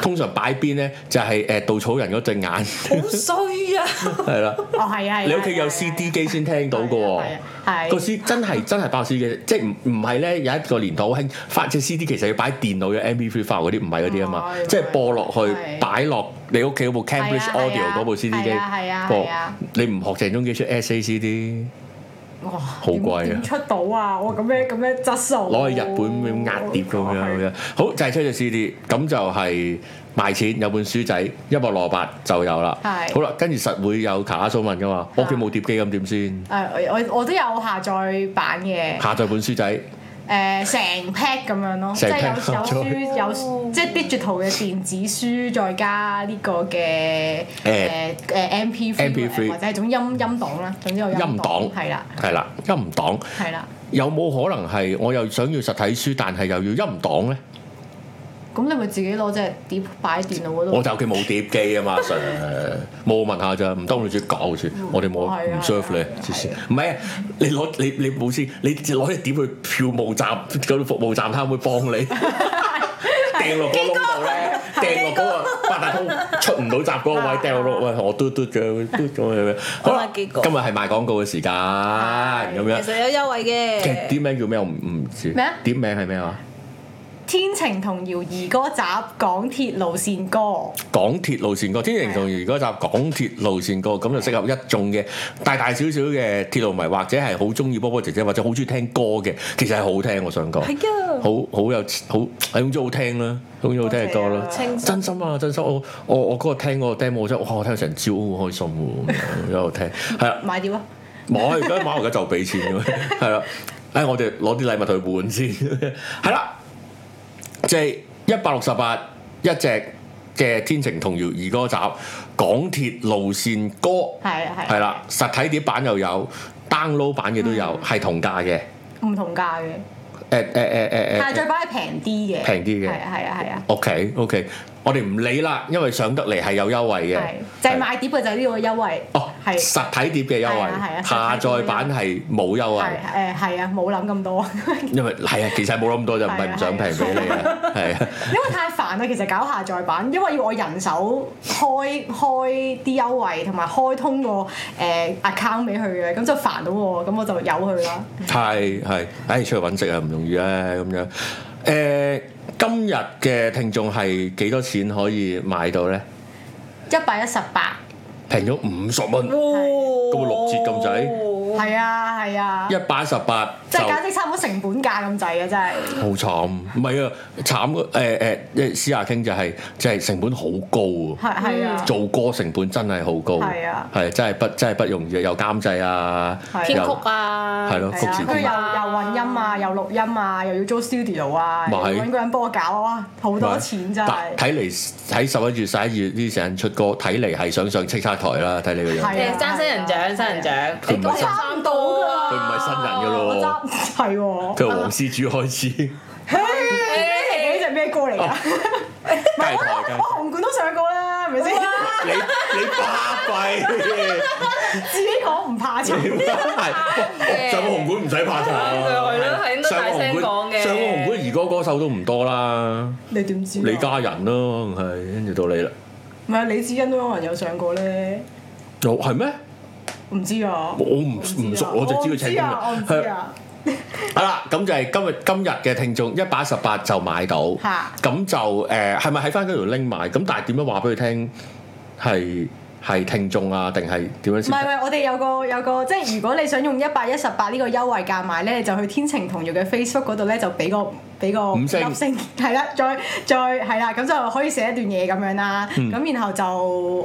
通常擺邊咧就係誒稻草人嗰隻
*laughs*
眼，
好衰啊！
係啦，
哦，係啊，係啊
你屋企
係
有
啊
CD 機先聽到嘅喎
係啊係啊。係
個 C 真係真係爆 CD 機，即係唔唔係咧？有一個年代好興發隻 CD，其實要擺電腦嘅 MP3 file 嗰啲，唔係嗰啲啊嘛
唔，係
即係播落去
哦係
擺落你屋企嗰部 Cambridge
係啊係
Audio
啊
嗰部 CD 機
係啊係啊
播
係啊，
你唔學鄭中基出 SACD，
哇，
好貴啊
點點出到啊！我咁樣咁樣質素，
攞去日本咁壓碟
哦
咁樣咁樣。好就係出隻 CD，咁就係賣錢有本書仔一百蘿蔔就有啦。
係啊
好啦，跟住實會有卡拉蘇文噶嘛，我屋企冇碟機咁點先？
誒，啊我我我都有下載版嘅，
下載本書仔，
誒成 pack 咁樣咯，即
成
係
pack 下
有
載
有書有即係 digital 嘅電子書，再加呢個嘅誒
誒
誒 MP3
MP3
或者係種音音檔啦，總之有音
音
檔
檔
係啦
係啦，音檔
係啦。
有冇可能係我又想要實體書，但係又要音檔咧？
咁你咪自己攞隻碟擺喺電腦嗰
*laughs* 我
度，
就屋企冇碟機啊嘛，Sir，冇我問下咋，唔得我哋自己搞住，我哋冇
係啊
唔 serve 你
係啊，
黐線。唔係啊，你攞你你冇先，你攞隻碟去票務站嗰啲服務站，他會幫你掟落個窿度咧，掟落嗰個八達通出唔到閘嗰個位，掟落喂我嘟嘟嘅嘟咗咁樣。好啦，
幾
今日
個
係賣廣告嘅時間咁樣
其，實有優惠
其實
嘅。
碟名叫咩我唔唔知
咩啊，
碟名係咩話？
天晴同搖兒歌集港鐵路線歌，
港鐵路線歌，天晴同如果集港鐵路線歌，咁就適合一眾嘅大大小小嘅鐵路迷，或者係好中意波波姐姐，或者好中意聽歌嘅，其實係好聽，我想講，
係啊
好好有好係總之好聽啦，總之好聽嘅歌啦
多謝啊，
清新
真心啊，真心我我我嗰個聽嗰個 demo 我真係哇，我聽成朝好開心喎，咁樣一路聽，係啊，
買碟啊！
冇而家買而家就俾錢咁樣，係啦，誒我哋攞啲禮物去換先，係啦，即係一百六十八一隻嘅天晴童謠兒歌集，港鐵路線歌
係啊係啊
係啦，實體碟版又有，download 版嘅都有，係同價嘅，
唔同價嘅，
誒誒誒誒
下
誒。
載版係平啲嘅，
平啲嘅
係啊係啊係啊，
O K O K，我哋唔理啦，因為上得嚟係有優惠嘅
係，就係買碟嘅就係呢個優惠，
哦，
係
實體碟嘅優
係啊係
惠
啊，
下
實體碟嘅優惠
載版係冇優惠
係。誒係啊，冇諗咁多， *laughs*
因為係啊，其實冇諗咁多就唔係唔想平俾你啊，係啊，
因為太煩啦，其實搞下載版，因為要我人手開開啲優惠，同埋開通個誒 account 俾佢嘅，咁就煩到我，咁我就由佢啦。
係係，唉，出去揾食啊唔容易啊咁樣。誒、今日嘅聽眾係幾多錢可以買到咧？
一百一十八，
平咗五十蚊，
都
六折咁
滯，
係啊係啊，
一百一十八
即
就
係簡直差唔多成本價咁滯啊！真係
好慘，唔係啊，慘誒誒，即係私下傾就係、即係成本好高啊。
係係啊，
做歌成本真係好高，
係啊
係真係不真係不容易，又監製啊，
係啊
編
又
曲啊，
係咯
係啊，
曲
跟
自
住
編
又又混音啊，又錄音啊，又要租 studio 啊，
咪
又
係
要揾個人幫我搞啊，好多錢真
但
係。
睇嚟喺十一月、十一月呢時間出歌，睇嚟係想上叱咤台啦。睇你個樣，
係
誒爭新人獎，新人獎，
佢唔係
你高十
新
三到啊，
佢唔係新人㗎
我
咯
真係喎，
佢黃施主開始，
係呢隻咩歌嚟㗎？
哦街台街
我紅館都上過啦，係咪先？
你你巴閉，
自己講唔怕醜。
係上個紅館唔使怕醜，
係咯係應該大聲講嘅
上個紅館兒歌歌手都唔多啦，
你點知啊？
李嘉仁咯，係跟住到你啦，
唔係啊李子欣都可能有上過咧，
又係咩？
唔知啊。
我唔唔熟，我就知佢請邊
啊，我唔
個。
知
係
啊。
好啦，咁就係今日今日嘅聽眾一百一十八就買到，
嚇
咁就誒係咪喺翻嗰條 link 買？咁但係點樣話俾佢聽係係聽眾啊，定係點樣
唔
先
係唔？係，我哋有個有個，即係如果你想用一百一十八呢個優惠價買咧，你就去天晴同耀嘅 Facebook 嗰度咧，就俾個俾個
五星
粒星，係啦，再再係啦，咁就可以寫一段嘢咁樣啦。
嗯
咁、然後就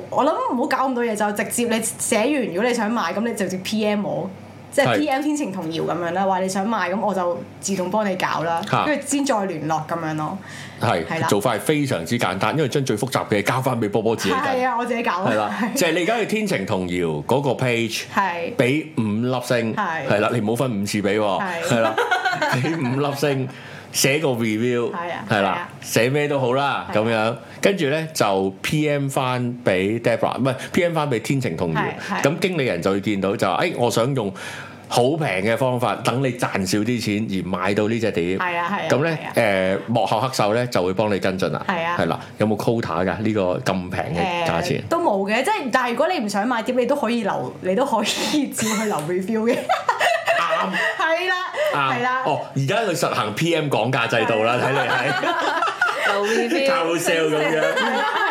我諗唔好搞咁多嘢，就直接你寫完，如果你想買，咁你直接 PM 我。即係
係
PM 天晴同耀咁樣啦，話你想買咁我就自動幫你搞啦
嚇，
跟住先再聯絡咁樣咯。係
係
啦
做法係非常之簡單，因為將最複雜嘅交翻俾波波自己
係
計。
啊，我自己搞
係啦，就係你而家去天晴童謠嗰個 page，
*laughs* 係
俾五粒星，
係
係啦，你唔好分五次俾喎，
係
係啦，俾五粒星，寫個 review，
係啊
係
係
啦
啊，
寫咩都好啦，
係啊
咁樣，跟住咧就 PM 翻俾 Debra，唔係 PM 翻俾天晴童謠，
係係
咁經理人就會見到就話，誒，我想用好平嘅方法，等你賺少啲錢而買到呢只碟，
係啊係啊
咁
係啊
咧誒幕後黑手咧就會幫你跟進啦，
係啊
係啦，有冇 quota 㗎？呢個咁平嘅價錢
誒。都冇嘅，即係但係如果你唔想買碟，你都可以留， *laughs* 你都可以照去留 review 嘅。
*laughs* 啱
係啦，
啱
係啦，
哦，而家佢實行 P.M. 講價制度啦，睇嚟係
*laughs*
留
*laughs* 靠
review，
sale 咁
啊
樣，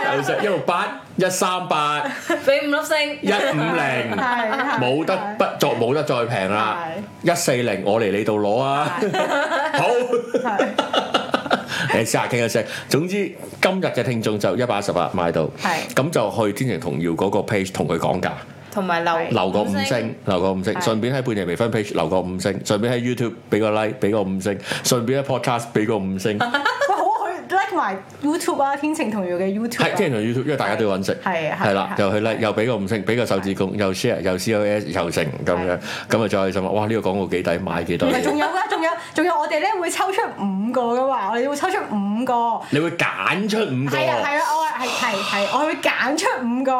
靠 sale 一六八一三八
俾五粒星，
一五零，
係係
冇得
係
不作冇得再平啦，一四零我嚟你度攞啊，好。
係
你試下傾一聲。總之今日嘅聽眾就一百一十八買到，
係
咁就去天晴同耀嗰個 page 同佢講價，
同埋留
留個五星，留個五星，
係
順便喺半夜微分 page 留個五星，順便喺 YouTube 俾個 like 俾個五星，順便喺 podcast 俾個五星。
喂，好啊去 like 埋 YouTube 啊，天晴同耀嘅 YouTube
係，
啊。
聽人同 YouTube，因為大家都要揾食，
係係
係啦，
係
又去 like，又俾個五星，俾個手指公，又 share，又 COS，又成咁樣
係，
咁啊再開心啦！哇，呢個廣告幾抵，買幾多
唔係仲
嘢？
有㗎，仲有仲有，我哋咧會抽出五個噶嘛，我哋會抽出五個。
你會揀出五個
係啊係啊，我係係係，我會揀出五個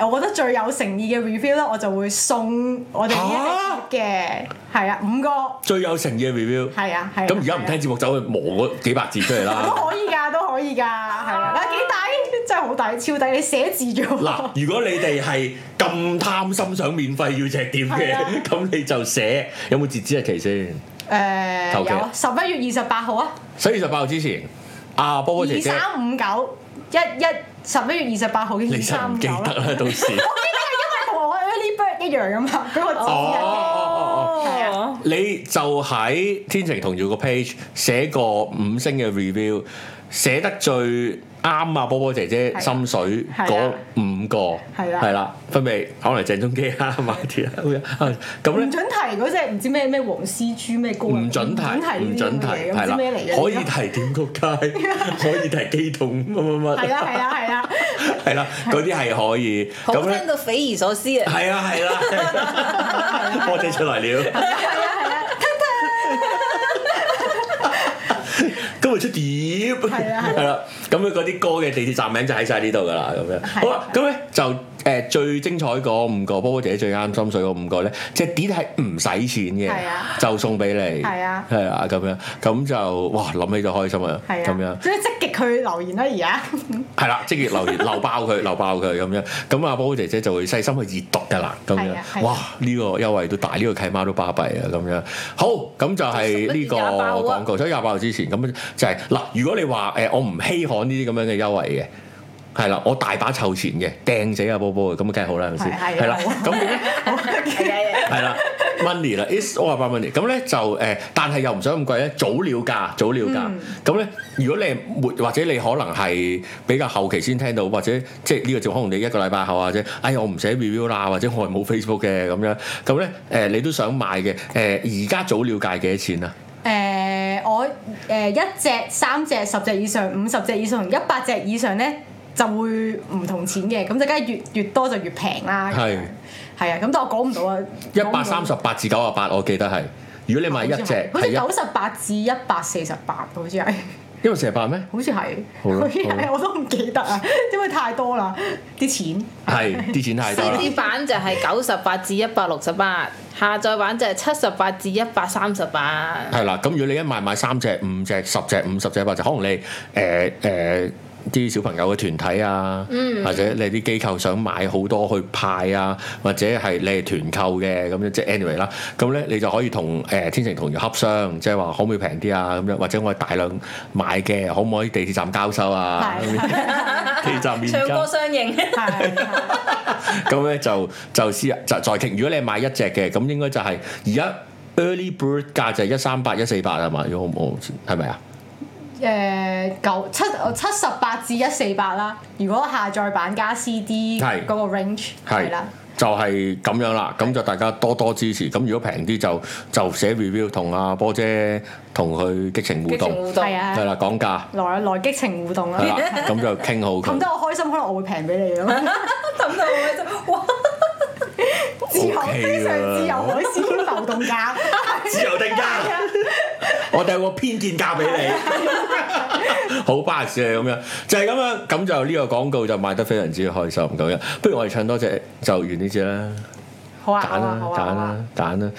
誒我覺得最有誠意嘅 review 咧，我就會送我哋呢一隻碟嘅，係啊五個，
最有誠意嘅 review。
係啊係啊。
咁而家
係
唔
啊
聽節目，走去磨嗰幾百字出嚟
都 *laughs*
啦。
可以㗎，都可以㗎，係啊！嗱，幾抵，真係好抵，超抵！你寫字啫喎，
嗱，如果你哋係咁貪心想免費要隻碟
係啊
嘅，咁你就寫有冇截止日期先？
誒
求其
有啊，十一月二十八號啊，
十月十八號之前，阿波波姐
二
姐，
三五九一一十一月二十八號嘅
你
二
真係
三
唔
五
記
九啊
得
啦。
啦，到時。
我記得係因為同我 early bird 一樣啊嘛，佢個節日嘅。
哦
係啊
哦，你就喺天晴同耀個 page 寫個五星嘅 review，寫得最啱啊波波姐姐
係啊
心水嗰五個，
係啦
係啦，分別可能鄭中基啊、馬
*laughs*
田啊，咁
唔
咧。
準提嗰隻唔知咩咩黃絲豬咩高啊，
唔準提，唔
唔
準
準
提，
提呢啲咁嘅嘢
係
唔知
啦，
咩嚟嘅，
可以提點曲街，
*laughs*
可以提機動乜乜乜，
係啦啊係啦係啦，
*laughs* 係啦，嗰啲係可以。
好
咁
聽
咧，
到匪夷所思啊！
係啦係啦係啦，波姐出嚟了。
啊係啊係啊，
今日出碟，
係啊係啊
係啦，咁佢嗰啲歌嘅地鐵站名就喺晒呢度㗎啦，咁樣。
係啊
好啦，咁咧就誒、呃最精彩嗰五個，波波姐最啱心水嗰五個咧，隻碟係唔使錢嘅，
係啊
就送俾你，
係啊
係啊，咁樣，咁就哇諗起就開心啊，
係啊，
咁樣。
即係積極去留言啦而家，
係啦，即係留言漏爆
*laughs*
佢，漏爆佢咁樣。咁阿波姐姐就會細心去閱讀㗎啦，咁
係啊係
樣。
啊
哇！呢個優惠都大，呢個契媽都巴閉啊，咁樣。好，咁就係呢
11
個
月28號啊
廣告。所以廿八號之前，咁就係嗱，如果你話誒我唔稀罕呢啲咁樣嘅優惠嘅，係啦，我大把湊錢嘅，掟死阿波波嘅，咁梗係好啦，係咪先？
係係
係啦
好啊，
咁點咧？
係啊係啊
係啦，money 啦，is all about money。咁咧就誒，但係又唔想咁貴咧，早料價，早料價。
嗯
咁咧、如果你係沒或者你可能係比較後期先聽到，或者即係呢個節目可能你一個禮拜後啊，或者哎呀我唔寫 review 啦，或者我係冇 Facebook 嘅咁樣，咁咧誒你都想買嘅誒，而家早料價幾多錢啊？
誒呃我誒一隻三隻十隻以上五十隻以上同一百隻以上咧就會唔同錢嘅，咁就梗係越越多就越平啦，
係
係啊，咁但我講唔到啊，
一百三十八至九啊八，我記得係。如果你買一隻
好似
係
九
一，
十八至一百四十八，好似係。
因為四十八咩？
好似係，
好啦
好似
好啦
係，我都唔記得啊，因為太多啦啲錢。
係
*laughs*
啲錢太多啦。
CD 版就係九十八至一百六十八，下載版就係七十八至一百三十八。
係啦，咁如果你一買買三隻、五隻、十隻、五十隻、八隻，可能你誒誒啲小朋友嘅團體啊，
嗯
或者你啲機構想買好多去派啊，或者係你係團購嘅咁樣，即係 anyway 啦，咁咧你就可以同誒、天晴同業洽商，即係話可唔可以平啲啊咁樣，或者我係大量買嘅，可唔可以地鐵站交收
*laughs*
啊？
係
地鐵站面
唱
交
歌相應，
*laughs* 係
咁咧就就私就再傾。如果你係買一隻嘅，咁應該就係而家 early bird 價就係一三八一四八係啊嘛？如果我冇係咪啊？
誒九七七十八至一四八啦。如果下載版加 CD
係
嗰個 range 係
係
啦，
就係咁樣啦，咁就大家多多支持。咁如果平啲就就寫 review 同阿波姐同佢激情互
激情
動，
互動
係。啊
係，啦講價，
來啊來激情互動啦
係。啦，咁就傾好
氹
佢
得。我開心，可能我會平俾你啊咯。
氹到 *laughs* 我哇！
自
OK
由啊
啊
非常
啦
自由海鮮流動價，
*laughs* 自由定價，我哋有個偏見價俾你，好巴士啊咁樣，就係咁樣，咁就呢個廣告就賣得非常之開心咁樣。不如我哋唱多隻就完呢只啦，
好啊
揀
好啊
啦
好啊
揀
好啊
啦，揀啦，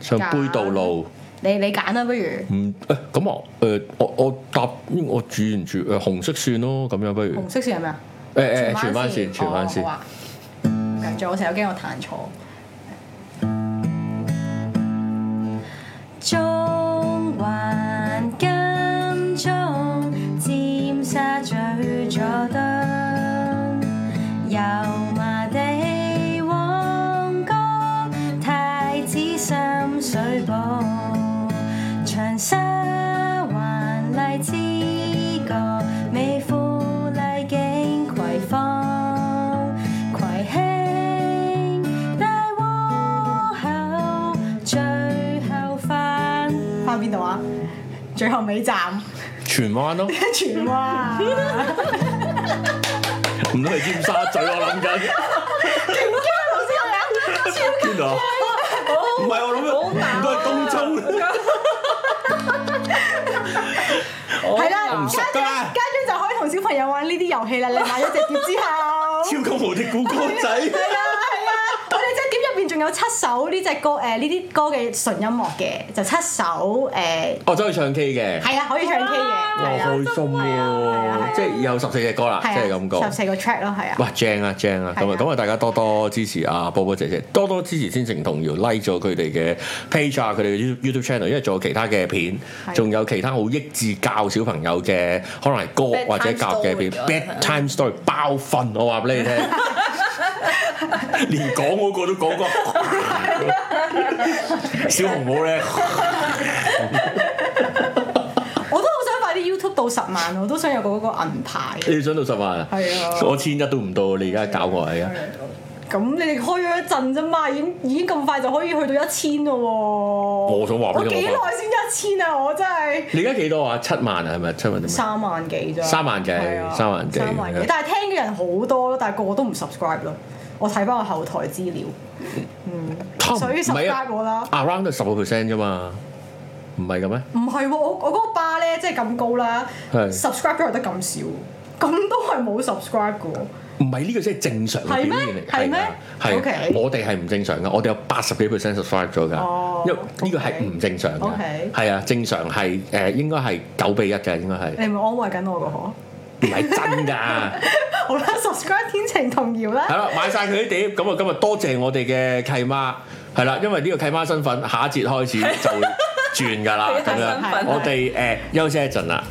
唱
揀
杯道路。
你你揀啦不如。
唔誒咁啊誒我我答我住唔住誒紅色線咯咁樣不如
紅色線係咩啊？
誒誒荃灣線荃灣
哦好
線
啊唔緊張，我成日驚我彈錯。
中環金鐘尖沙咀佐敦，油麻地旺角太子深水埗，長沙灣荔枝角美孚荔景葵芳葵興大窩口，最後返。
翻邊度啊？最後尾站
荃灣咯，唔
荃 *laughs* 灣，
通係尖沙咀我諗緊邊度啊？唔係我諗緊，唔該東涌，
係
唔
啦，
熟
家
㗎
長
啦
家長就可以同小朋友玩呢啲遊戲啦。你買咗隻碟之後，
超級無敵古歌仔，
係啊係啊，我哋隻碟入邊仲有有七首呢只歌誒呢啲歌嘅純音樂嘅，就七首誒
我走去哦唱 K 嘅，
係啦，可以唱 K 嘅，
哇，
係
開
啦，
心喎！即係有十四隻歌啦，即係咁
係啊，十
講。
四個 track 咯，係啊，
哇，正啊正啊！咁
係
啊
啊
咁啊，大家多多支持啊波波姐姐，多多支持天晴童謠，like 咗佢哋嘅 page 啊，佢哋嘅 YouTube channel，因為仲有其他嘅片，
係
仲有其他好益智教小朋友嘅，可能係歌
Bedtime
或者教嘅片
story 啊
，bedtime story 包瞓，我話俾你聽，連講嗰個都講過，小紅帽咧。
我都好想快啲 YouTube 到十萬，我都想有個嗰個銀牌。
你要想到十萬啊？
係啊
我千一都唔到，你而家搞我啊！而家
咁你哋開咗一陣啫嘛，已經已經咁快就可以去到一千咯喎！我
想話俾
我
你
幾
聽
耐先一千啊！我真係
你而家幾多啊？七萬啊？係咪七萬定咩？
三萬幾啫，
三萬幾
係啊
三萬幾
三萬
係
幾
啊。
但係聽嘅人好多咯，但係個個都唔 subscribe 咯。我睇翻我後台資料，所以
唔係啊
subscribe 我啦
，around 十個 percent 啫嘛，唔係嘅咩？
唔係喎，我我嗰個巴咧即係咁高啦
係
，subscribe 咗係得咁少，咁都係冇 subscribe 嘅喎。
唔係呢個先係正常嘅
係咩
表現嚟，
係咩
啊係
OK
我哋係唔正常嘅，我哋有八十幾 percent subscribe 咗
哦
㗎，因為呢個係
OK
唔正常嘅
OK，
係啊，正常係誒應該係九比一嘅，應該係
你係咪安慰緊我個呵？
唔係真㗎？
*laughs* 好啦，subscribe 天晴童謠
係
啦，
啦，買晒佢啲碟，咁啊今日多謝我哋嘅契媽，係啦，因為呢個契媽身份下一節開始就會轉㗎啦，咁
*laughs*
係啊身
樣
份
我哋誒休息一陣啦。